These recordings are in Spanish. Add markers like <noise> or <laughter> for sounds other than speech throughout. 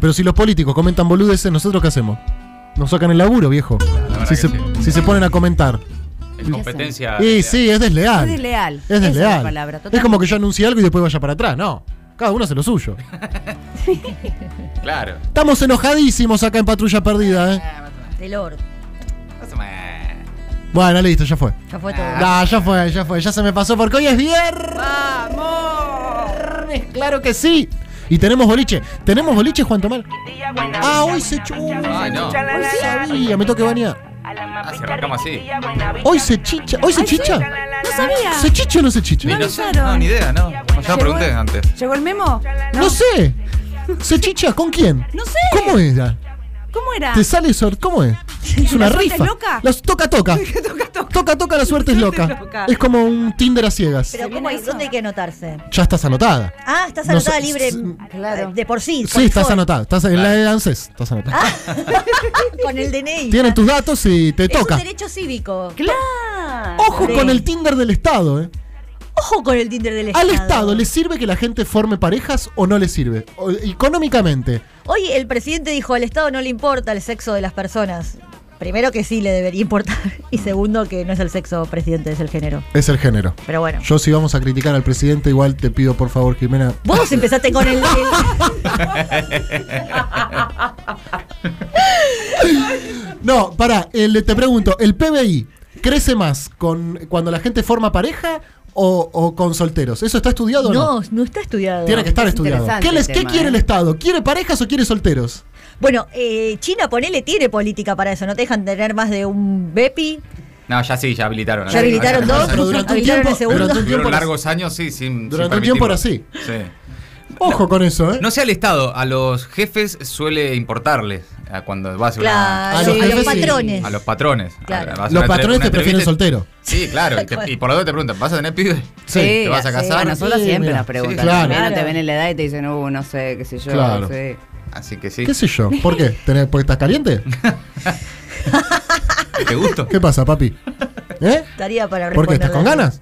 Pero si los políticos comentan boludeces, ¿nosotros qué hacemos? Nos sacan el laburo, viejo. verdad Si que se, sí. si se ponen a comentar. Es competencia. Y sí, es desleal. Es desleal. Es Esa desleal. Es, la palabra, es totalmente. como que yo anuncie algo y después vaya para atrás. No. Cada uno hace lo suyo. Claro. Estamos enojadísimos acá en Patrulla Perdida, ¿eh? Ah, más o menos. Del or. Más o menos. Bueno, listo, ya fue. Ya fue todo. Ah, ya fue, ya fue. Ya se me pasó porque hoy es viernes. Claro que sí. Y tenemos boliche. ¿Tenemos boliche, Juan Tomás? Ah, hoy se chucha. Ay, no. Hoy sabía, me toque bañar. Ah, si arrancamos así. Hoy se chicha. ¿Hoy se Ay, sí. chicha? No sabía. ¿Se chicha o no se chicha? No Ni lo lo sé. usaron. No, ni idea, no. No, Ya Llegó- lo pregunté antes. ¿Llegó el memo? No sé. ¿Se chicha con quién? No sé. ¿Cómo era? ¿Cómo Ah. era? ¿Te sale eso? ¿Cómo es? Es una ¿La suerte rifa. es loca? Las toca toca. toca, toca. Toca toca la suerte es loca. Es como un Tinder a ciegas. Pero ¿cómo hay, ¿dónde hay que anotarse? Ya estás anotada. Ah, estás No sé, anotada libre s- claro. eh, de por sí. por Sí, estás default, anotada. Estás en la de ANSES. Estás anotada. Ah, <laughs> Con el DNI. Tienen tus datos y te es toca. un derecho cívico. Claro. Ojo Sí. con el Tinder del Estado, ¿eh? Ojo con el Tinder del Estado. ¿Al Estado le sirve que la gente forme parejas o no le sirve? O- económicamente. Hoy el presidente dijo, al Estado no le importa el sexo de las personas. Primero que sí le debería importar. Y segundo que no es el sexo, presidente, es el género. Es el género. Pero bueno. Yo si vamos a criticar al presidente, igual te pido por favor, Jimena. Vos empezaste <laughs> con el... el- No, pará, eh, le- te pregunto, ¿el PBI crece más con cuando la gente forma pareja o, o con solteros? ¿Eso está estudiado o no? no, no está estudiado. Tiene que estar estudiado. interesante ¿Qué, les, el qué tema, quiere eh. el Estado? ¿Quiere parejas o quiere solteros? Bueno, eh, China, ponele, tiene política para eso. No te dejan tener más de un Bepi. No, ya sí, ya habilitaron. Ya habilitaron dos. Pero durante un Habilitaron el tiempo, segundo. durante un tiempo Durante era- largos años, sí, sin. Durante un sin tiempo era permitirlo. Sí. Ojo con eso, ¿eh? No sea el Estado, a los jefes suele importarles a cuando vas a una. Claro, A a los los, jefes sí. patrones. A los patrones. Claro. A- vas a Los una patrones entre- te una prefieren entrevista- soltero. Sí, claro. <laughs> y te- y por lo tanto te preguntan, ¿vas a tener pibe? Sí. ¿Te vas a sí. casar? A nosotros Sí, siempre mira. nos preguntan. Sí, claro. También no te Claro. ven en la edad y te dicen, uh, no sé, qué sé yo. Claro. sí. Así que sí. ¿Qué sé yo? ¿Por qué? ¿Tenés- ¿Porque estás caliente? ¿Te gusto? ¿Qué pasa, papi? ¿Eh? Estaría para ¿Por qué? ¿Estás con responderle.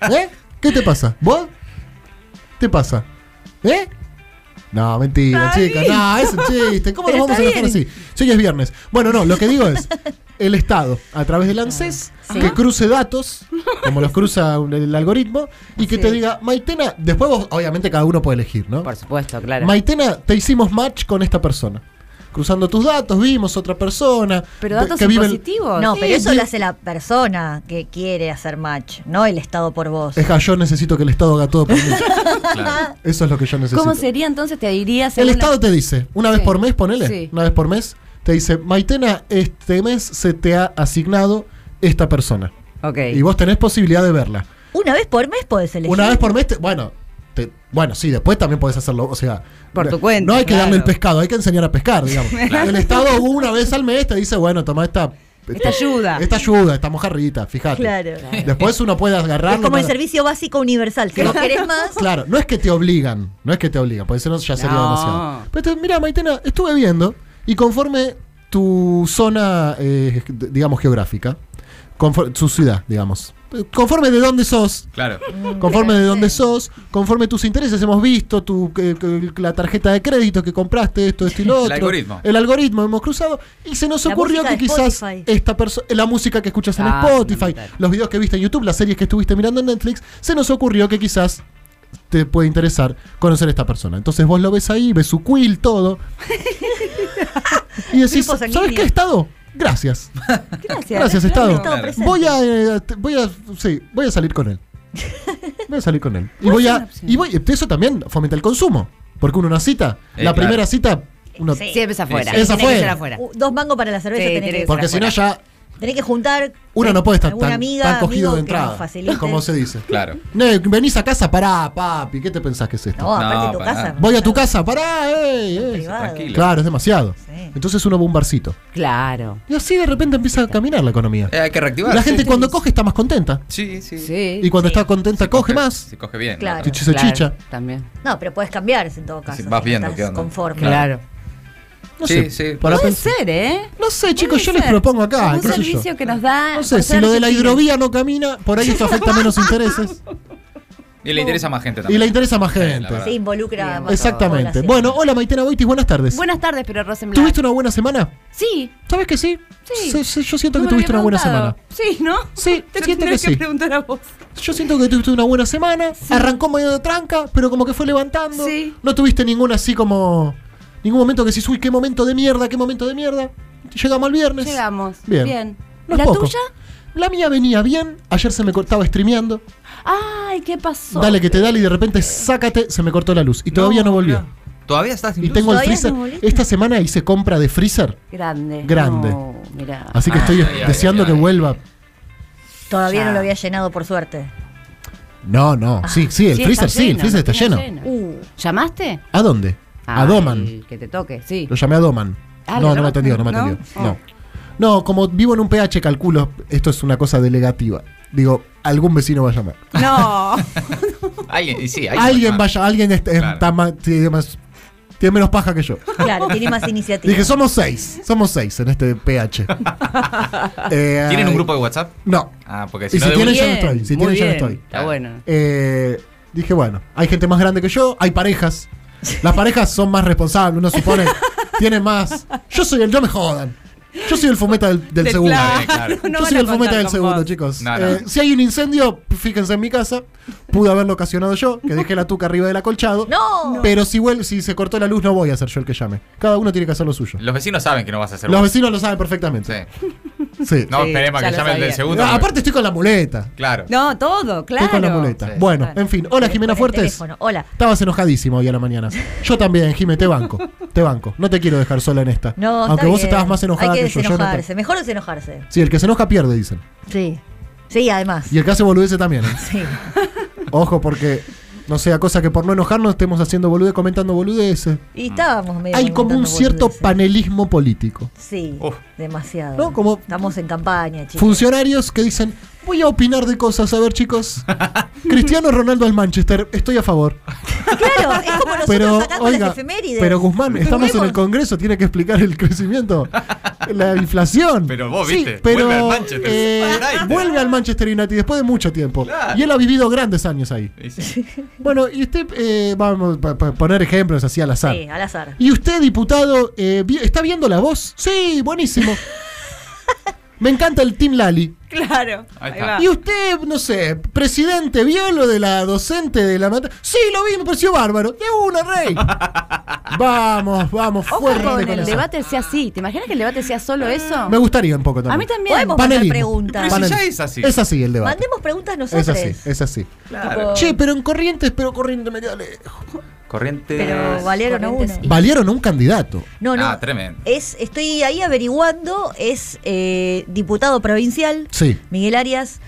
ganas? ¿Eh? ¿Qué te pasa? ¿Vos? ¿Te pasa? ¿Eh? No, mentira, chicas. No, es un chiste. ¿Cómo nos Pero vamos a está enojar así? bien. Sí, que es viernes. Bueno, no, lo que digo es el Estado, a través del ANSES, que cruce datos, como los cruza un- el algoritmo, y que Sí. te diga, Maitena, después vos, obviamente cada uno puede elegir, ¿no? Por supuesto, claro. Maitena, te hicimos match con esta persona. Cruzando tus datos, vimos otra persona. Pero de- datos que vive en- positivos. No, Sí, pero eso sí. lo hace la persona que quiere hacer match, no el Estado por vos. Es que yo necesito que el Estado haga todo por mí. Claro. Eso es lo que yo necesito. ¿Cómo sería entonces? ¿Te dirías El Estado te dice, una vez Sí. por mes, ponele, Sí. una vez por mes, te dice, Maitena, este mes se te ha asignado esta persona. Ok. Y vos tenés posibilidad de verla. Una vez por mes podés elegir. Una vez <laughs> por mes, te- bueno, te- bueno, sí, después también podés hacerlo, o sea... Por tu no- cuenta, No hay que claro. darle el pescado, hay que enseñar a pescar, digamos. El Estado una vez al mes te dice, bueno, toma esta... Esta ayuda. Esta ayuda, esta mojarrita, fíjate. Claro. Después uno puede agarrarlo. Es como el para- servicio básico universal. Si vos querés más, Claro, no es que te obligan, no es que te obligan, porque si no ya sería No. demasiado. Pero te- mira, Maitena, estuve viendo y conforme tu zona, eh, d- digamos, geográfica, conforme, su ciudad, digamos, eh, conforme de dónde sos, Claro. Mm. conforme de dónde sos, conforme tus intereses, hemos visto tu, que- que- la tarjeta de crédito que compraste, esto, esto y lo El otro. algoritmo. El algoritmo hemos cruzado y se nos La ocurrió que música de quizás Spotify. esta persona, la música que escuchas en Ah, Spotify, fundamental. los videos que viste en YouTube, las series que estuviste mirando en Netflix, se nos ocurrió que quizás te puede interesar conocer a esta persona. Entonces vos lo ves ahí, ves su quill, <laughs> todo. y decís, Grupo sanguíneo. ¿sabes qué, Estado? Gracias. Gracias. Gracias, Estado. Estado presente. Voy a, eh, te- voy a, sí, voy a salir <laughs> con él. Voy a salir con él. Y Puede voy ser a, una opción. y voy, eso también fomenta el consumo. Porque uno una cita, Eh, la claro. primera cita, uno, Sí. Siempre es afuera. Tiene que Es ser afuera. afuera. Uh, u- dos mangos para la cerveza Sí, tenés, tenés que, que porque si no ya tenés que juntar. uno no puede estar alguna tan, amiga, tan cogido amigo de que nos entrada. facilite. Como se dice. Claro. No, venís a casa, pará, papi, ¿qué te pensás que es esto? No, aparte No, tu para casa. nada. Voy a tu casa, pará, ey, ey. Privado. Tranquilo. Claro, es demasiado. Sí. Entonces uno va a un barcito. Claro. Y así de repente empieza a caminar la economía. Eh, hay que reactivar. La gente cuando coge está más contenta. Sí, sí. Sí. Y cuando está contenta Si coge más. Si coge bien. Claro. ¿no? Chichi se Claro, chicha. También. No, pero puedes cambiar en todo caso. Sí, vas viendo estás qué onda. conforme. Claro. No Sí, sé, sí. para Puede pensar. ser, ¿eh? No sé, chicos, Puede yo les ser. propongo acá. Es qué un sé yo. servicio que nos da. <laughs> No sé, si lo de la hidrovía no camina, por ahí esto afecta menos intereses. Y le interesa más gente Y también. le interesa más Sí, la gente. verdad. Se involucra Bien. más. Exactamente. población. Bueno, hola Maitena Boitis, buenas tardes. Buenas tardes, pero Rosenblatt. ¿Tuviste una buena semana? Sí. ¿Sabes que sí? Sí. Se- se- yo siento no que me lo tuviste había una buena semana. preguntado. Sí, ¿no? Sí, <laughs> Te siento que tendrás sí. preguntar a vos. Yo siento que tuviste una buena semana. Arrancó medio de tranca, pero como que fue levantando. Sí. No tuviste ningún así como. Ningún momento que decís, uy, qué momento de mierda, qué momento de mierda. Llegamos al viernes. Llegamos. Pues, Bien. Bien. No es ¿La poco. tuya? La mía venía bien. Ayer se me cortaba streameando. Ay, ¿qué pasó? Dale que te dale y de repente, sácate, se me cortó la luz. Y todavía no, volvió. mirá. Todavía estás sin Y luz? tengo el ¿Todavía no freezer. volviste? Esta semana hice compra de freezer. Grande. Grande. No, mirá. Así que Ah, estoy ay, ay, deseando ay, que ay. vuelva. Todavía Ya. no lo había llenado, por suerte. No, no. Sí, sí, el Ah. Sí, freezer, está sí, el lleno, freezer está lo lleno. tengo Uh, ¿Llamaste? ¿A dónde? a Al Doman. Que te toque, <laughs> sí. Lo llamé a Doman. no, Ah, ¿lo no me llamaste? atendió, no me ¿No? atendió. Oh. No. No, como vivo en un PH, calculo, esto es una cosa delegativa. Digo, algún vecino va a llamar. No. Alguien, y sí, alguien, Alguien va a vaya, alguien este- Claro. está más- tiene, más- tiene menos paja que yo. claro, tiene más iniciativa. Dije, somos seis, somos seis en este <laughs> PH. Eh, llamar. ¿Tienen un grupo de WhatsApp? No. Ah, porque si Y no si de tienen, una- yo no estoy. Si Muy tienen, yo no bien. estoy. Claro. Está bueno. Eh, dije, bueno, hay gente más grande que yo, hay parejas. Las parejas son más responsables, uno <laughs> supone. tienen más. Yo soy el, yo me jodan. Yo soy el fumeta del, del Del segundo. <laughs> plan. claro. <laughs> No yo van soy a el fumeta contar del con segundo, vos. chicos. No, no. Eh, si hay un incendio, fíjense en mi casa, pude haberlo ocasionado yo, que dejé la tuca arriba del acolchado. ¡No! Pero si, vuel- si se cortó la luz, no voy a ser yo el que llame. Cada uno tiene que hacer lo suyo. Los vecinos saben que no vas a hacer Los vos. vecinos lo saben perfectamente. Sí. Sí. No, Sí, esperemos ya que lo llamen del sabía. segundo. Ah, porque- aparte estoy con la muleta. Claro. No, todo, claro. Estoy con la muleta. Sí. Bueno, Claro. en fin. Hola, Jimena Por el Fuertes. teléfono. Hola. Estabas enojadísimo hoy a la mañana. Yo también, Jime, te banco. Te banco. No te quiero dejar sola en esta. No, Aunque está vos bien. estabas más enojada Hay que, que yo. yo no te- desenojarse. Mejor desenojarse. Sí, el que se enoja pierde, dicen. Sí. Sí, además. Y el que hace boludeces también. <laughs> ¿eh? Sí. Ojo, porque no sea cosa que por no enojarnos estemos haciendo boludeces, comentando boludeces. Y estábamos medio. Hay como un comentando cierto boludeces. panelismo político. Sí, Uf. demasiado. No, como- Estamos en campaña, chicos. Funcionarios que dicen, voy a opinar de cosas, a ver chicos. Cristiano Ronaldo al Manchester, estoy a favor. Claro, es como nosotros Pero, sacando las oiga, efemérides. pero Guzmán, estamos en el Juguemos. Congreso, tiene que explicar el crecimiento, la inflación. Pero vos Sí, viste, pero, vuelve al Manchester eh, United. vuelve al Manchester United después de mucho tiempo. Claro. Y él ha vivido grandes años ahí. Y sí. Bueno, y usted, eh, vamos a poner ejemplos así al azar. Sí, <laughs> al azar. Y usted, diputado, eh, vi- ¿está viendo la voz? Sí, <laughs> buenísimo. Me encanta el Team Lali. Claro. Ahí Ahí, está. va. Y usted, no sé, presidente, ¿vio lo de la docente de la mata? Sí, lo vi, me pareció bárbaro. De una, <laughs> rey. Vamos, vamos, fuerte Ojo con con el eso. debate sea así. ¿Te imaginas que el debate sea solo eso? Me gustaría un poco también. A mí también. Podemos mandar Panelismo. preguntas. Pero si ya Panel- es así. Es así el debate. Mandemos preguntas Es nosotros. así, es así. Oh. Claro. Che, pero en Corrientes, pero Corrientes me queda lejos. Corriente. Pero valieron a uno. Corrientes y- Valieron a un candidato. No, no. Ah, tremendo. Es, estoy ahí averiguando, es eh, diputado provincial, Sí. Miguel Arias.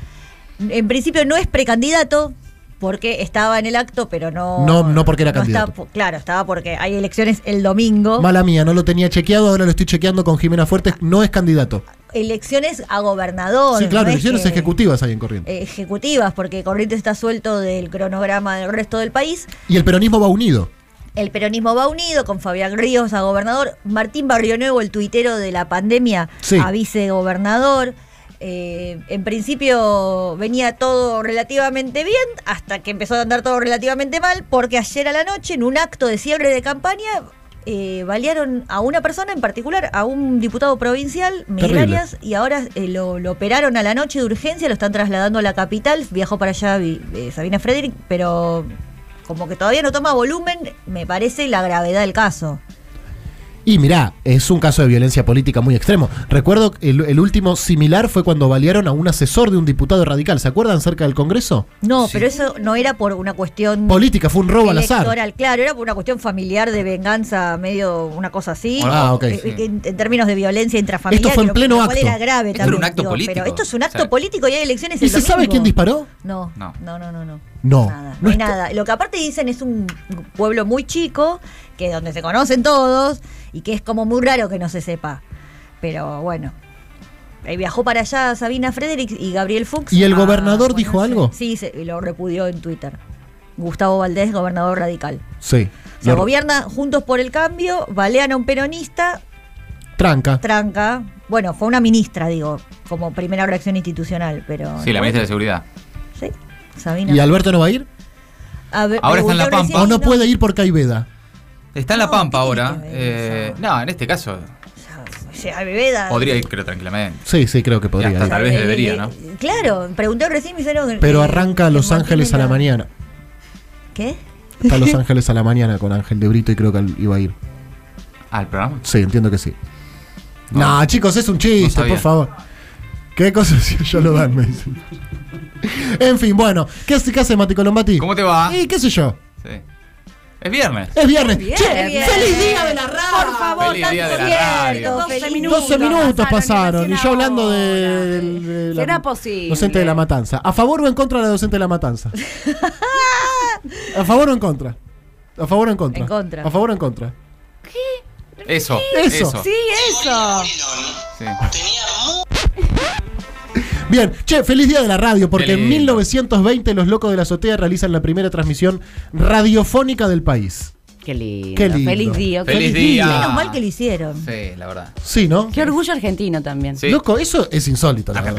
En principio no es precandidato, porque estaba en el acto, pero no. No- no porque era candidato. estaba po- claro, estaba porque hay elecciones el Oh. domingo. Mala mía, no lo tenía chequeado, ahora lo estoy chequeando con Jimena Fuertes. No es candidato. Elecciones a Oh, gobernador. Sí, claro, no es elecciones que- ejecutivas ahí en Corrientes. eh, Ejecutivas, porque Corrientes está suelto del cronograma del resto del país. Eh. Y el peronismo va unido. El peronismo va unido con Fabián Ríos a gobernador, Martín Barrionuevo, el tuitero de la pandemia, Sí. a vicegobernador. Eh, en principio venía todo relativamente bien, hasta que empezó a andar todo relativamente mal, porque ayer a la noche, en un acto de cierre de campaña, eh, balearon a una persona en particular, a un diputado provincial, Miguel Terrible. Arias, y ahora eh, lo, lo operaron a la noche de urgencia, lo están trasladando a la capital, viajó para allá vi- eh, Sabina Frederick, pero como que todavía no toma volumen, me parece la gravedad del caso. Y mirá, es un caso de violencia política muy extremo. Recuerdo que el, el último similar fue cuando balearon a un asesor de un diputado radical. ¿Se acuerdan cerca del Congreso? No, pero eso no era por una cuestión Política, fue un robo al azar. Mm. electoral, claro, era por una cuestión familiar de venganza, medio una cosa así. Ah, ok. Eh, eh, En, en términos de violencia intrafamiliar. Esto fue en que lo- pleno lo cual acto. era grave Esto era también, un acto político. Pero esto es un acto O sea, político y hay elecciones ¿Y el se sabe domingo. quién disparó? No, no, No. no, no, no. No, Nada, no no hay está- nada. Lo que aparte dicen es un pueblo muy chico, que donde se conocen todos y que es como muy raro que no se sepa. Pero bueno. Eh, viajó para allá Sabina Frederick y Gabriel Fuchs. ¿Y el a gobernador dijo ponerse- algo? Sí, se- lo repudió en Twitter. Gustavo Valdés, gobernador radical. Sí. Se Lo- gobierna Juntos por el Cambio, balean a un peronista, Tranca. tranca. Bueno, fue una ministra, digo, como primera reacción institucional, pero. Sí, la ministra de Seguridad. Sí, Sabina. ¿Y Alberto no va a ir? A ver, Ahora está en La pregunté a un Pampa. O no vecino- puede ir por Caiveda. Está en La No, Pampa ¿qué tiene ahora. que ver eh, eso? no, en este caso O sea, a Bebeda. podría ir, creo, tranquilamente. Sí, sí, creo que podría hasta ir. tal vez debería, ¿no? Claro, pregunté recién me dijeron. Pero eh, arranca a que Los mantiene Ángeles a la mañana. ¿Qué? Está a Los Ángeles a la mañana con Ángel de Brito y creo que él iba a ir. Al programa. Sí, entiendo que sí. No, No. chicos, es un No chiste, sabía. por favor. ¿Qué cosas si yo lo dan? Me dicen. En fin, bueno, ¿qué hace, qué hace Mati Colombati? ¿Cómo te va? Y qué sé yo. Sí. Es viernes. Es viernes. Bien, Che, bien. ¡Feliz día de la radio! Por favor, Feliz día de la radio. 12 minutos. 12 minutos pasaron. Y yo hablando de, de la ¿Será posible? docente de la matanza. ¿A favor o en contra de la docente de la matanza? ¿A favor o en contra? ¿A favor o en contra? En contra. ¿A favor o en contra? Eso. Eso. Eso. Sí, eso. Sí. Bien, che, feliz día de la radio, porque Qué en lindo. 1920 los locos de la azotea realizan la primera transmisión radiofónica del país. Qué lindo. Qué lindo. Feliz día. Feliz Feliz día. día. Menos mal que lo hicieron. Sí, la verdad. Sí, ¿no? Qué orgullo argentino también. Sí. Loco, eso es insólito. la verdad.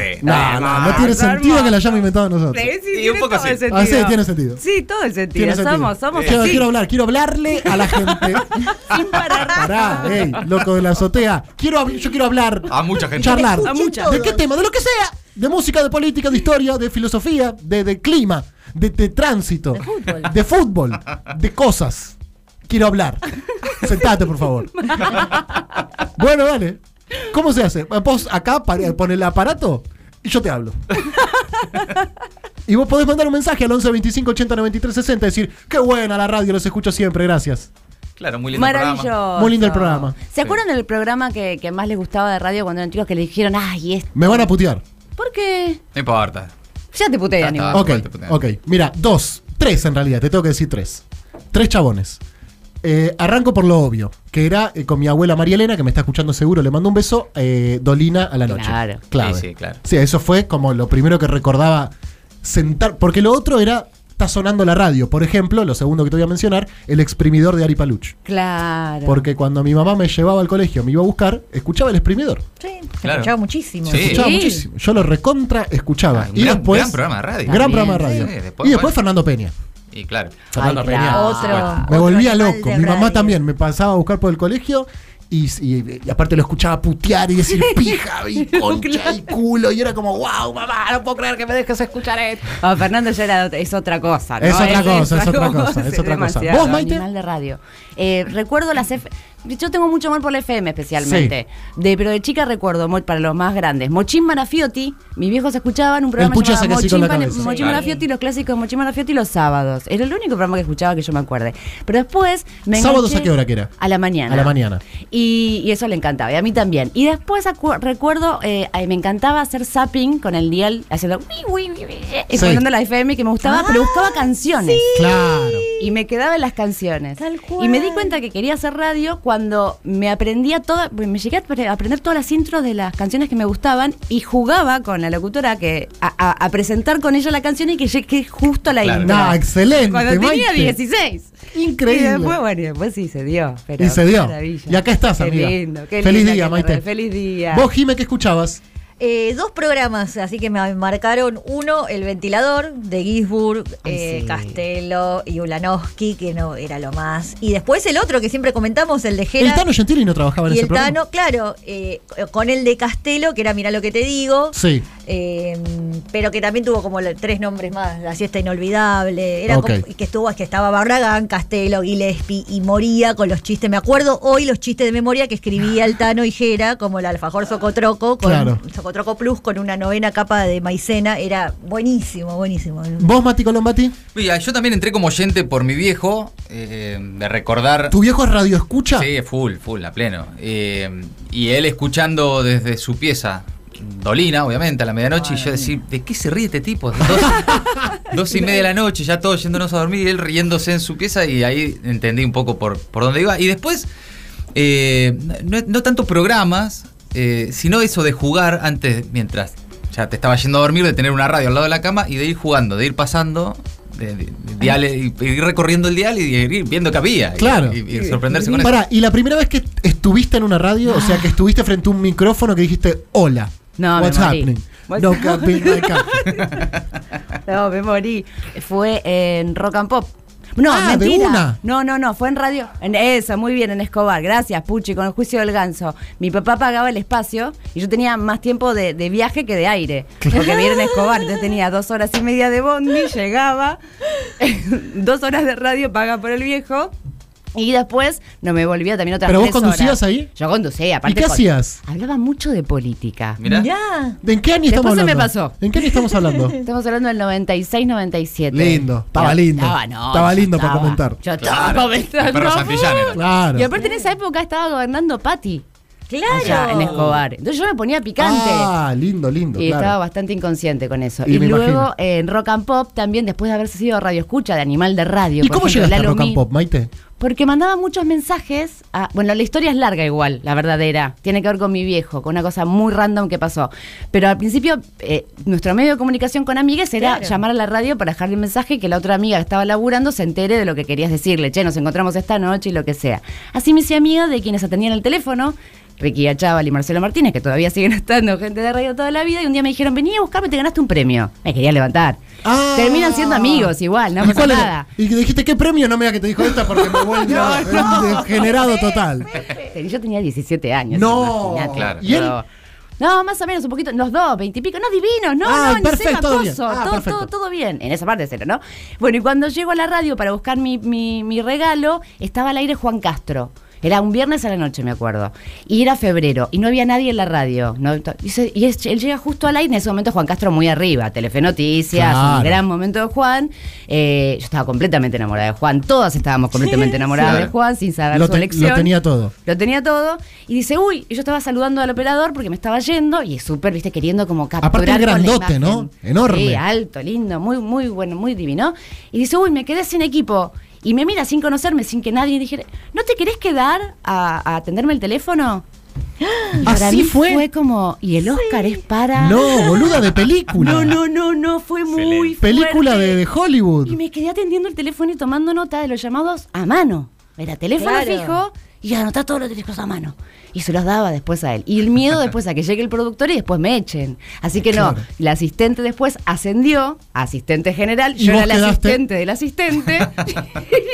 No, Argentina. no, no tiene Hermoso, sentido que la hayamos hermoso. inventado nosotros. Y un poco todo el así. Ah, sí, sentido. tiene sentido. Sí, todo el sentido. Tiene sentido. Somos, somos quiero, así. quiero hablar, quiero hablarle a la gente. <laughs> Sin <laughs> parar. Pará, ey, loco de la azotea. Quiero, hab- yo quiero hablar, A mucha gente. charlar. A mucha. ¿De qué tema? De lo que sea. De música, de política, de historia, de filosofía, de, de clima, de, de tránsito, de fútbol. de fútbol, de cosas. Quiero hablar. Sentate, por favor. Bueno, dale. ¿Cómo se hace? Vos acá pa- pon el aparato y yo te hablo. Y vos podés mandar un mensaje al 11 25 80 93 60 y decir, qué buena la radio, los escucho siempre, gracias. Claro, muy lindo programa. Maravilloso. Muy lindo el programa. ¿Se acuerdan del programa que, que más les gustaba de radio cuando eran chicos que le dijeron, ay, es. Me van a putear. ¿Por qué? No importa. Ya te puteé, Ya Aníbal. está. ok, igual te putean. ok. Mira, dos, tres en realidad, te tengo que decir tres. Tres chabones. Eh, arranco por lo obvio, que era eh, con mi abuela María Elena, que me está escuchando seguro, le mando un beso, eh, Dolina a la noche. Claro. Clave. Sí, sí, claro. Sí, eso fue como lo primero que recordaba sentar, porque lo otro era, está sonando la radio, por ejemplo, lo segundo que te voy a mencionar, el exprimidor de Ari Paluch. Claro. Porque cuando mi mamá me llevaba al colegio, me iba a buscar, escuchaba el exprimidor. Sí, se Claro. escuchaba muchísimo. Sí. Escuchaba muchísimo. Yo lo recontra escuchaba. Eh. Ah, un y gran- después. gran programa de radio. Gran programa de También. radio. Sí, después, y después bueno. Fernando Peña. Y claro. Fernando Ay, Peña. claro. Otro. Me otro volvía animal loco. de Mi mamá radio. también me pasaba a buscar por el colegio y, y- y aparte lo escuchaba putear y <laughs> decir pija y concha y culo. Y era como, wow, mamá, no puedo creer que me dejes escuchar esto. Ah, Fernando ya era, otra- es otra cosa. ¿no? Es otra cosa, es otra cosa, es otra cosa. demasiado. ¿Vos, Maite? Animal de radio. Eh, recuerdo las F- Yo tengo mucho amor por la FM especialmente. De, pero de chica recuerdo, muy, para los más grandes, Mochín Manafiotti. Mis viejos escuchaban un programa pucho llamado hace que sí con Mochín, la Mana- cabeza. Mochín Sí. Manafiotti, los clásicos de Mochín Manafiotti los sábados. Era el único programa que escuchaba que yo me acuerde. Pero después me ¿Sábados enganché- a qué hora que era? A la mañana. A la mañana. Y, y eso le encantaba, y a mí también. Y después acu- recuerdo, eh, ay, me encantaba hacer zapping con el dial, haciendo... "Ui, ui, ui, ui", Y Sí. Ah, poniendo eh, la FM que me gustaba, pero buscaba canciones. Claro. Y me quedaba en las canciones. Tal Y me di cual. cuenta que quería hacer radio cuando me aprendía toda, pues, me llegué a apre- aprender todas las intros de las canciones que me gustaban y jugaba con la locutora que a, a- a presentar con ella la canción y que llegué justo a la Claro. intro. No, Ah, excelente. Cuando tenía Maite. 16. Increíble. Y después, bueno, y después sí se dio. pero Y se dio. maravilla. Y acá estás, Qué amiga. lindo, qué Feliz linda día, que Maite. te- Feliz día. Vos, Jime, ¿qué escuchabas? Eh, dos programas, así que me marcaron uno, El Ventilador, de Gisburg, Ay, eh, sí. Castelo y Ulanowski, que no era lo más. Y después el otro que siempre comentamos, el de Gera. El Tano Gentili no trabajaba en y ese el programa. Tano, claro, eh, con el de Castelo, que era Mirá lo que te digo. Sí. eh, pero que también tuvo como la- tres nombres más, La Siesta Inolvidable, era Ok. como- y que estuvo, es que estaba Barragán, Castelo, Gillespie y moría con los chistes. Me acuerdo hoy los chistes de memoria que escribía el Tano y Jera, como el alfajor Socotroco, con Claro. Socotroco Plus con una novena capa de maicena, era buenísimo, buenísimo. ¿Vos, Mati Colombati? Mira, yo también entré como oyente por mi viejo, eh, de recordar. ¿Tu viejo es radio escucha? Sí, full, full, a pleno. Eh, y él escuchando desde su pieza, Dolina, obviamente, a la medianoche, y yo decir, ¿de qué se ríe este tipo? De <laughs> Dos, dos y media de la noche, ya todos yéndonos a dormir, y él riéndose en su pieza, y ahí entendí un poco por, por dónde iba. Y después, eh, no, no tanto programas, eh, sino eso de jugar antes, mientras ya te estaba yendo a dormir, de tener una radio al lado de la cama y de ir jugando, de ir pasando. De, de- de diales, y ir recorriendo el dial y ir viendo qué había. y- Claro. Y, y sorprenderse con eso. Pará, y la primera vez que estuviste en una radio, o sea, que estuviste frente a un micrófono que dijiste, hola, No, me what's morí. happening? What's No, can't be my country. <laughs> No, me morí. Fue en Rock and Pop. No, Ah, de mentira. una. No, no, no, fue en radio. En eso, muy bien, en Escobar. Gracias, Puchi, con el juicio del ganso. Mi papá pagaba el espacio y yo tenía más tiempo de, de viaje que de aire. Porque vivía en Escobar, entonces tenía dos horas y media de bondi, llegaba, <laughs> dos horas de radio paga por el viejo. Y después no me volvía también otra ¿Pero vos conducías ahí? Yo conducía, aparte. ¿Y qué con- hacías? Hablaba mucho de política. Mirá. Mirá. ¿De en qué año estamos Después se hablando? me pasó. ¿En qué año estamos <laughs> hablando? Estamos hablando del 96-97. Lindo, estaba lindo. Estaba, no, Estaba yo lido para comentar. Yo estaba Claro. comentando. El perro Santillán era. Claro. Y aparte en esa época estaba gobernando Patti Claro. allá en Escobar. Entonces yo me ponía picante. Ah, lindo, lindo. y claro. estaba bastante inconsciente con eso. Y Y, me luego imagino. eh, en Rock and Pop también, después de haberse sido Radio Escucha de Animal de Radio. ¿Y por cómo ejemplo, llegaste a Lalo Rock and Mi- Pop, Maite? Porque mandaba muchos mensajes a- Bueno, la historia es larga igual, la verdadera. Tiene que ver con mi viejo, con una cosa muy random que pasó. Pero al principio, eh, nuestro medio de comunicación con amigues era Claro. llamar a la radio para dejarle un mensaje y que la otra amiga que estaba laburando se entere de lo que querías decirle. Che, nos encontramos esta noche y lo que sea. Así me hice amiga de quienes atendían el teléfono. Ricky Achával y Marcelo Martínez, que todavía siguen <laughs> estando gente de radio toda la vida, y un día me dijeron, vení a buscarme, te ganaste un premio. Me quería levantar. Ah. Terminan siendo amigos igual, no ¿Y pasa cuál era? nada. Y dijiste, ¿qué premio? No me digas que te dijo esta porque me vuelvo degenerado total. <laughs> Ten- Yo tenía 17 años. No. imagínate. Claro. ¿Y él? Pero- No, más o menos, un poquito, los dos, veintipico, no divinos, no, Ah, no, ni perfecto, sepa, todo coso, bien. Ah, todo, perfecto. todo, todo bien. En esa parte cero, ¿no? Bueno, y cuando llego a la radio para buscar mi, mi- mi regalo, estaba al aire Juan Castro. Era un viernes a la noche, me acuerdo. Y era febrero, y no había nadie en la radio. ¿no? Y, se- y es- él llega justo al aire, en ese momento Juan Castro muy arriba, Telefe Noticias, Claro. un gran momento de Juan. Eh, yo estaba completamente enamorada de Juan, todas estábamos completamente enamoradas Claro. de Juan, sin saber Lo su te- elección. lo tenía todo. Lo tenía todo y dice, uy, y yo estaba saludando al operador porque me estaba yendo y es súper, viste, queriendo como capturar. Aparte es con la grandote, imagen. ¿no? Enorme. Sí, alto, lindo, muy, muy bueno, muy divino. Y dice, uy, me quedé sin equipo. Y me mira sin conocerme, sin que nadie dijera, ¿no te querés quedar a, a atenderme el teléfono? Y para ¿Así mí fue? Fue como, y el Oscar es para. No, boluda de película. no, no, no, no, fue muy. Excelente. Película fuerte. de, de Hollywood. Y me quedé atendiendo el teléfono y tomando nota de los llamados a mano. Era teléfono Claro. fijo y anotá todos los teléfonos a mano. Y se los daba después a él. Y el miedo después a que llegue el productor y después me echen. Así que no, Claro. la asistente después ascendió a asistente general. Y Yo vos era la quedaste. asistente <laughs> del asistente. <laughs>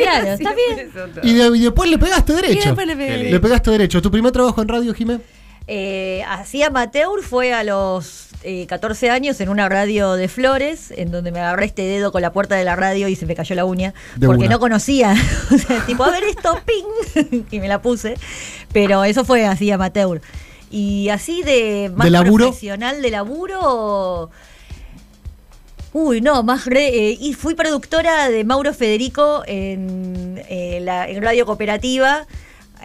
Claro, está bien. Y, de- y después le pegaste Y derecho. después le pegué. Le pegaste derecho. ¿Tu primer trabajo en radio, Jimé? Eh, así amateur fue a los eh, 14 años en una radio de Flores, en donde me agarré este dedo con la puerta de la radio y se me cayó la uña, De porque una. no conocía. <laughs> O sea, tipo, a ver esto, <laughs> ping, y me la puse. Pero eso fue así amateur. Y así de más ¿De laburo? profesional de laburo. Uy, no, más re- eh, y fui productora de Mauro Federico en, eh, la, en Radio Cooperativa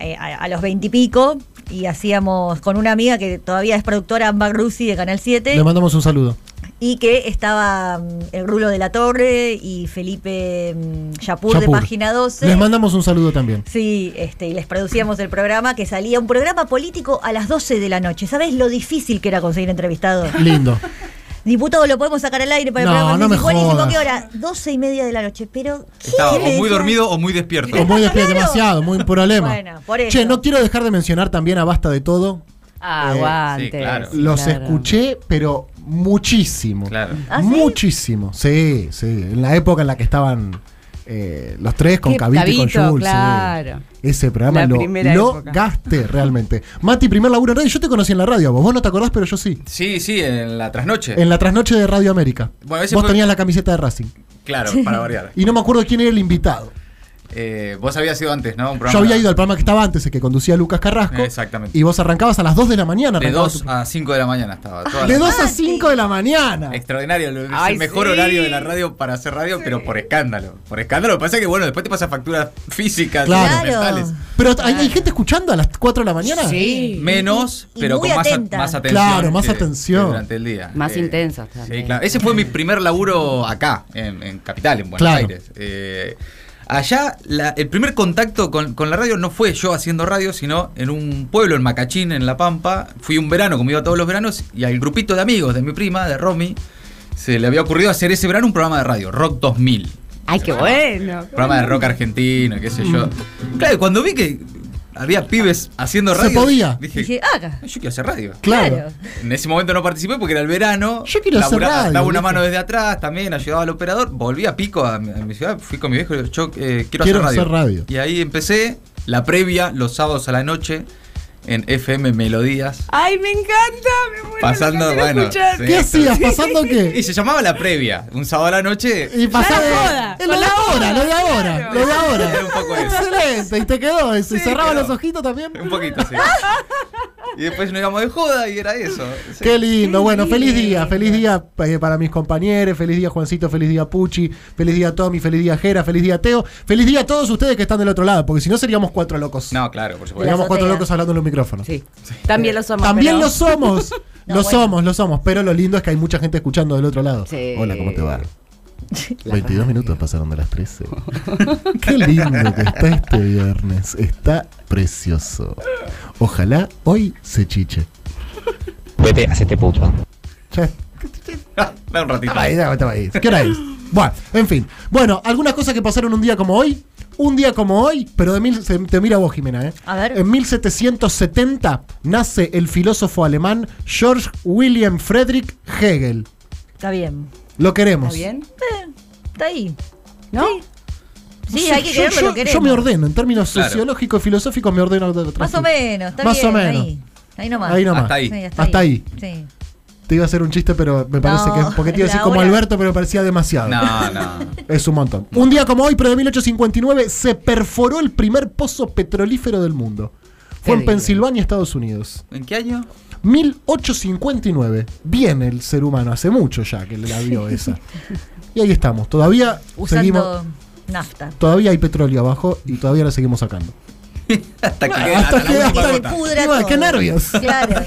eh, a, a los veintipico y, hacíamos con una amiga que todavía es productora Amber Rusi de Canal 7 Le mandamos un saludo. y que estaba mm, el Rulo de la Torre y Felipe mm, Yapur, de Yapur. Página 12. Les mandamos un saludo también. Sí, este, y les producíamos el programa que salía un programa político a las 12 de la noche. ¿Sabes lo difícil que era conseguir entrevistados? <laughs> Lindo. Diputado, lo podemos sacar al aire para el No, programa. no me Sí, buenísimo, jodas. ¿qué hora? 12 y media de la noche. Pero. ¿qué Estaba o le muy decías? dormido o muy despierto. O muy despierto, Claro. demasiado, muy problema. Bueno, por eso. Che, no quiero dejar de mencionar también a Basta de Todo. Ah, Eh, Aguante. sí, claro. Sí, Los claro. escuché, pero muchísimo. Claro. ¿Ah, sí? Muchísimo, sí, sí. En la época en la que estaban eh, los tres con Qué Cavito y con Cavito, Jules. sí. claro. Ese programa La lo, primera lo época. gasté realmente. Mati, primer laburo en radio. Yo te conocí en la radio, a vos. Vos no te acordás, pero yo sí. Sí, sí, en la trasnoche. En la trasnoche de Radio América. Bueno, ese vos fue- tenías la camiseta de Racing. Claro, para variar. Y no me acuerdo quién era el invitado. Eh, vos habías ido antes, ¿no? Un Yo programa había ido al programa que estaba antes, el que conducía Lucas Carrasco. Exactamente. Y vos arrancabas a las 2 de la mañana. De arrancabas 2 tu- a 5 de la mañana estaba. toda Ah, de la- 2 a Mati. 5 de la mañana. <laughs> Extraordinario, lo- es Ay, el mejor sí. horario de la radio para hacer radio, pero por escándalo. Por escándalo, lo que pasa es que bueno, después te pasa facturas físicas, Claro. mentales. Pero ¿hay, hay gente escuchando a las 4 de la mañana. Sí. Menos, Y- y pero muy con más, a- atenta. más atención. Claro, más que- atención. que durante el día. Eh, Más intenso Sí, también. claro. Ese fue mi primer laburo acá, en, en Capital, en Buenos Claro. Aires. Eh, allá, la- el primer contacto con, con la radio no fue yo haciendo radio, sino en un pueblo, en Macachín, en La Pampa. Fui un verano, como iba todos los veranos, y al grupito de amigos de mi prima, de Romy, se le había ocurrido hacer ese verano un programa de radio, Rock 2000 Ay, qué bueno. programa de rock argentino, qué sé yo. Claro, y cuando vi que había pibes haciendo Mm. Se radio. podía. Dije, Dije, ah, acá. yo quiero hacer radio. Claro. Claro. En ese momento no participé porque era el verano. Yo quiero hacer Laburaba- radio, Daba una viejo. mano desde atrás, también ayudaba al operador. Volví a pico a mi, a mi ciudad, fui con mi viejo y digo, yo eh, quiero, Quiero hacer, radio. hacer radio. Y ahí empecé la previa los sábados a la noche en FM Melodías. Ay, me encanta, me muero, Pasando, lo quiero bueno, escuchar. sí. ¿Qué hacías? ¿Pasando Y qué? se llamaba La Previa. Un sábado a la noche. Y pasaba. la joda, Eh, Lo con de la ahora, joda, lo de ahora, claro. lo de ahora. Era un poco eso. Excelente, y te quedó. Y cerraba quedó. los ojitos también. Un poquito, sí. Y después nos íbamos de joda y era eso. Sí. Qué lindo, bueno, feliz día, feliz día eh, para mis compañeros, feliz día Juancito, feliz día Pucci, feliz día Tommy, feliz día Jera, feliz día Teo, feliz día a todos ustedes que están del otro lado, porque si no seríamos cuatro locos. No, claro, por supuesto. seríamos La cuatro azotea. locos hablando en un micrófono. Sí, también lo somos. También pero- lo <laughs> somos, lo somos, lo somos, pero lo lindo es que hay mucha gente escuchando del otro lado. Sí. Hola, ¿cómo te va? 22 minutos pasaron de las 13. <laughs> Qué lindo que está este viernes. Está precioso. Ojalá hoy se chiche. Vete, hacete puto. Ya <laughs> Da un ratito. Ahí, ahí, ahí. ¿Qué hora es? Bueno, en fin. Bueno, algunas cosas que pasaron un día como hoy. Un día como hoy, pero de mil, se- te mira vos, Jimena, ¿eh? A ver. En 1770 nace el filósofo alemán George William Friedrich Hegel. Está bien. Lo queremos. ¿Está bien? Está ahí. ¿No? Sí, Yo- hay que yo, quererlo, yo- lo queremos. yo me ordeno, en términos Claro. sociológicos y filosóficos, me ordeno. de- Más tranquilo. o menos, está Más bien. o menos. Ahí, ahí nomás. Ahí nomás. Hasta ahí. Sí, Hasta ahí. Sí. Te iba a hacer un chiste, pero me parece No, que. Porque te iba a la decir como hora. Alberto, pero me parecía demasiado. No, no. Es un montón. Un día como hoy, pero de 1859, se perforó el primer pozo petrolífero del mundo. Fue en Terrible. Pensilvania, Estados Unidos. ¿En qué año? <laughs> 1859. Viene el ser humano, hace mucho ya que la <laughs> vio esa. Y ahí estamos. Todavía Usando seguimos. nafta. Todavía hay petróleo abajo y todavía la seguimos sacando. Hasta que hasta que- la última hasta- gota. Pudra Igual, todo. qué nervios. <laughs> Claro, hasta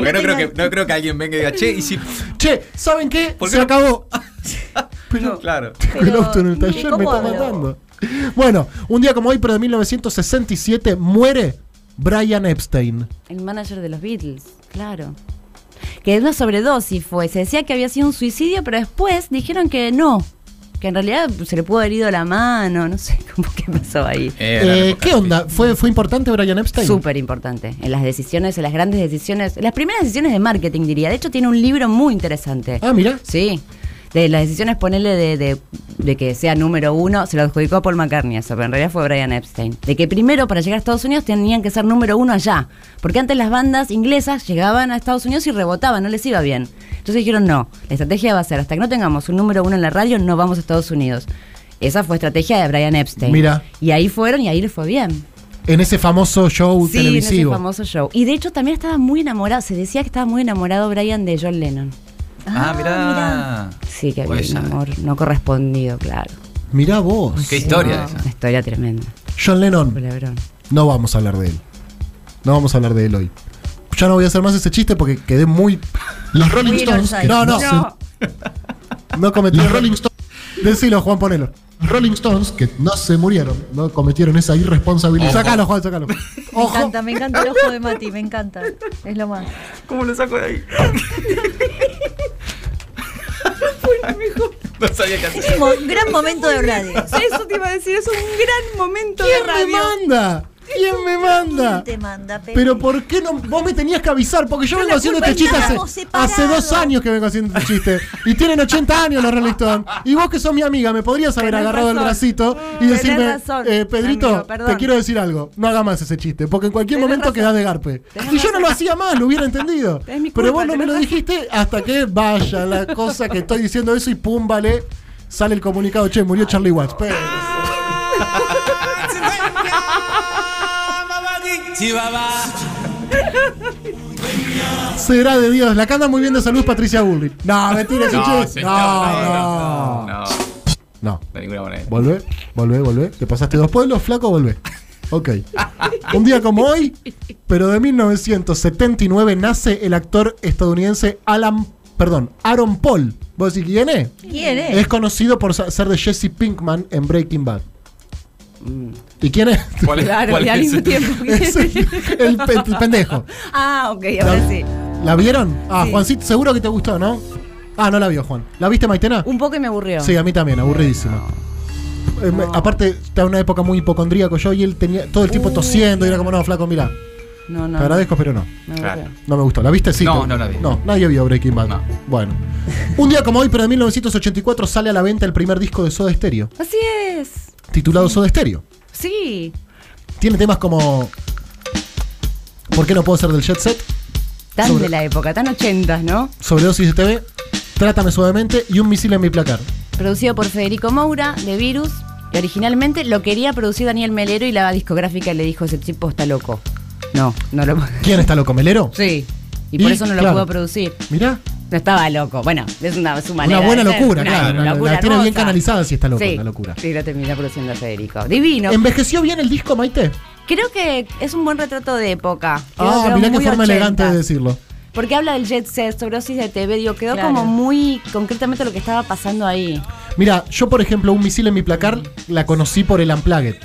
Porque no, no creo tengan- que, no creo que alguien venga y diga, che, y si. Che, ¿saben qué? ¿Por Se qué no? <laughs> acabó. <laughs> No, claro. Tengo el Pero, auto en el ¿y taller, me cómo está hablo? matando. Bueno, un día como hoy, pero de 1967, muere Brian Epstein. El manager de los Beatles, claro. Que de una sobredosis fue. Se decía que había sido un suicidio, pero después dijeron que no. Que en realidad se le pudo haber ido la mano, no sé <laughs> cómo que pasó ahí. la Eh, época, ¿Qué sí. onda? ¿Fue, ¿Fue importante Brian Epstein? Súper importante. En las decisiones, en las grandes decisiones, en las primeras decisiones de marketing, diría. De hecho, tiene un libro muy interesante. Ah, mira. Sí. De las decisiones, ponele de, de- de que sea número uno, se lo adjudicó a Paul McCartney eso, pero en realidad fue Brian Epstein. De que primero, para llegar a Estados Unidos, tenían que ser número uno allá. Porque antes las bandas inglesas llegaban a Estados Unidos y rebotaban, no les iba bien. Entonces dijeron, no, la estrategia va a ser, hasta que no tengamos un número uno en la radio, no vamos a Estados Unidos. Esa fue estrategia de Brian Epstein. Mira. Y ahí fueron y ahí les fue bien. En ese famoso show Sí, en Uh, ese televisivo. famoso show. Y de hecho también estaba muy enamorado, se decía que estaba muy enamorado Brian de John Lennon. Ah, mirá. Sí, que había Pues un ya. amor no correspondido, claro. Mirá vos. Qué historia No, esa. Una historia tremenda. John Lennon. Culebrón. No vamos a hablar de él. No vamos a hablar de él hoy. Ya no voy a hacer más ese chiste porque quedé muy. <laughs> Los Rolling Muy Stones. inocente. No, no. No cometieron. Los Rolling Stones. Decilo, Juan, ponelo. Rolling Stones, que no se murieron, no cometieron esa irresponsabilidad. Ojo. Sácalo, Juan, sácalo. Me Ojo. encanta, me encanta el ojo de Mati, me encanta. Es lo más. ¿Cómo lo saco de ahí? No sabía qué hacer. Es un mo- gran momento de radio. Eso te iba a decir, es un gran momento ¿Quién me manda? ¿Quién <laughs> me manda? Te manda, Pepe. Pero ¿por qué no? Vos me tenías que avisar, porque yo Pero vengo la haciendo culpa este chiste hace, estábamos separados. hace dos años que vengo haciendo este chiste. Y tienen 80 años los Rolling Stones. Y vos que sos mi amiga, me podrías haber Tenés agarrado el razón. bracito y Tenés decirme, razón, eh, Pedrito, amigo, te perdón. quiero decir algo. No hagas más ese chiste, porque en cualquier Tenés momento razón. quedás de garpe. Tenés Si yo no razón. lo hacía más, lo hubiera entendido. <laughs> Es mi Pero vos culpa, no me tenés lo razón. dijiste hasta que vaya la cosa que estoy diciendo eso y pum, vale. Sale el comunicado, che, murió Charlie Watts. Pero- Ah, Será de Dios. La canta muy bien de salud Patricia Bullrich. <laughs> No, mentira, ese No, chiste. señor, No, no. no. No. de ninguna manera. Volvé, volvé, volvé. Te pasaste dos pueblos, flaco, volvé. Ok. Un día como hoy, pero de 1979, nace el actor estadounidense Alan, perdón, Aaron Paul. ¿Vos decís quién es? ¿Quién es? Es conocido por sa- ser de Jesse Pinkman en Breaking Bad. ¿Y Mm. <laughs> quién es? ¿Cuál es- Claro, cuál y al es? mismo <laughs> tiempo. Es el, el pe- el pendejo. Ah, ok, ahora sí. ¿La vieron? Ah, Sí. Juancito, seguro que te gustó, Uh, ¿no? Ah, no la vio, Juan. ¿La viste, Maitena? Un poco y me aburrió. Sí, a mí también, aburridísima. eh, me- aparte, estaba en una época muy hipocondríaco yo y él tenía todo el tiempo tosiendo y era como, no, flaco, mira, Uh. No, no. te agradezco, pero no. no, Claro. no. No me gustó. ¿La viste? Sí. No, te- no la vi. No, nadie vio Breaking Bad. No. Bueno. Un día como hoy, pero en 1984 sale a la venta el primer disco de Soda Stereo, Así es. titulado Soda Stereo. Sí. Tiene temas como ¿Por qué no puedo ser del Jet Set? Tan Sobre- de la época, tan ochentas, ¿no? Sobredosis de TV, Trátame suavemente y Un misil en mi placar. Producido por Federico Moura, de Virus. Y originalmente lo quería producir Daniel Melero y la discográfica le dijo, ese tipo está loco. No, no lo puedo. ¿Quién está loco, Melero? Sí. Y por Y, eso no lo claro. pudo producir. Mirá, No estaba loco. Bueno, es una su manera. buena de ser. locura, claro, la- la tiene bien hermosa. canalizada si está loco, sí, la locura. Sí, lo terminó produciendo Federico. Divino. ¿envejeció bien el disco, Maite? Creo que es un buen retrato de época. Creo que Ah, quedó mirá qué muy forma 80. elegante de decirlo. Porque habla del jet set, sobredosis de TV, digo, quedó Claro. como muy concretamente lo que estaba pasando ahí. Mira, yo por ejemplo, Un misil en mi placar la conocí por el Unplugged.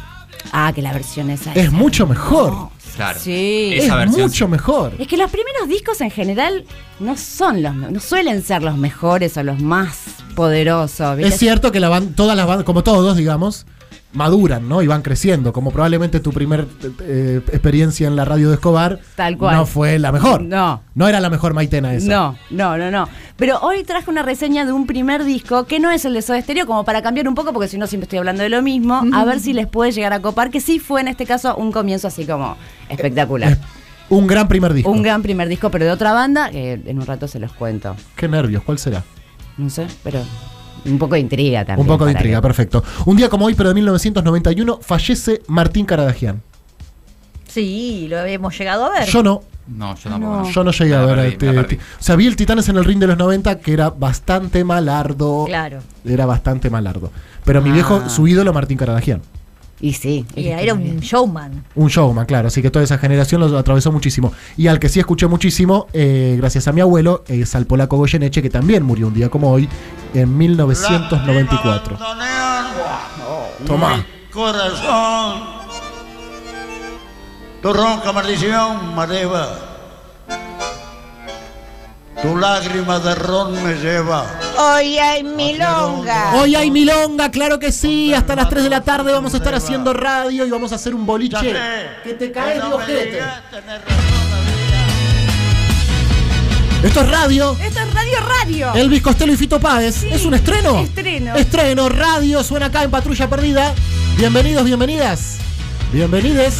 Ah, que la versión esa. Es esa. mucho mejor. Claro. Sí. Esa es versión. mucho mejor. Es que los primeros discos en general no son los, no suelen ser los mejores o los más poderosos. ¿viste? Es cierto que la ban- todas las bandas, como todos, digamos, maduran, ¿no? Y van creciendo. Como probablemente tu primer eh, experiencia en la radio de Escobar Tal cual. no fue la mejor. No. No era la mejor Maitena esa. No, no, no, no. Pero hoy traje una reseña de un primer disco que no es el de Soda Stereo, como para cambiar un poco, porque si no siempre estoy hablando de lo mismo, a ver si les puede llegar a copar, que sí fue en este caso un comienzo así como espectacular. Eh, Es un gran primer disco. Un gran primer disco, pero de otra banda, que en un rato se los cuento. Qué nervios, ¿cuál será? No sé, pero un poco de intriga también. un poco de para intriga, que- perfecto. Un día como hoy, pero de 1991, fallece Martín Caradagian. Sí, lo habíamos llegado a ver. Yo no. No, yo tampoco. No. no. Yo no llegué a Me la ver a perdí, este. me la perdí. ti- O sea, vi el Titanes en el ring de los 90, que era bastante malardo. Claro. Era bastante malardo. Pero mi Ah. viejo, su ídolo, Martín Caradagian. Y sí. Y era un showman. Un showman, claro. Así que toda esa generación lo atravesó muchísimo. Y al que sí escuché muchísimo, eh, gracias a mi abuelo, es al polaco Goyeneche, que también murió un día como hoy, en 1994. Tomá. Corazón, tu ronca maldición me eleva, tu lágrima de ron me lleva. Hoy hay milonga. Hoy hay milonga, claro que sí. Hasta las 3 de la tarde vamos a estar haciendo radio y vamos a hacer un boliche. Que te caes de ojete. Esto es radio. Esto es Radio Radio. Elvis Costello y Fito Páez. ¿Es un estreno? estreno. Estreno, radio, suena acá en Patrulla Perdida. Bienvenidos, bienvenidas. Bienvenides.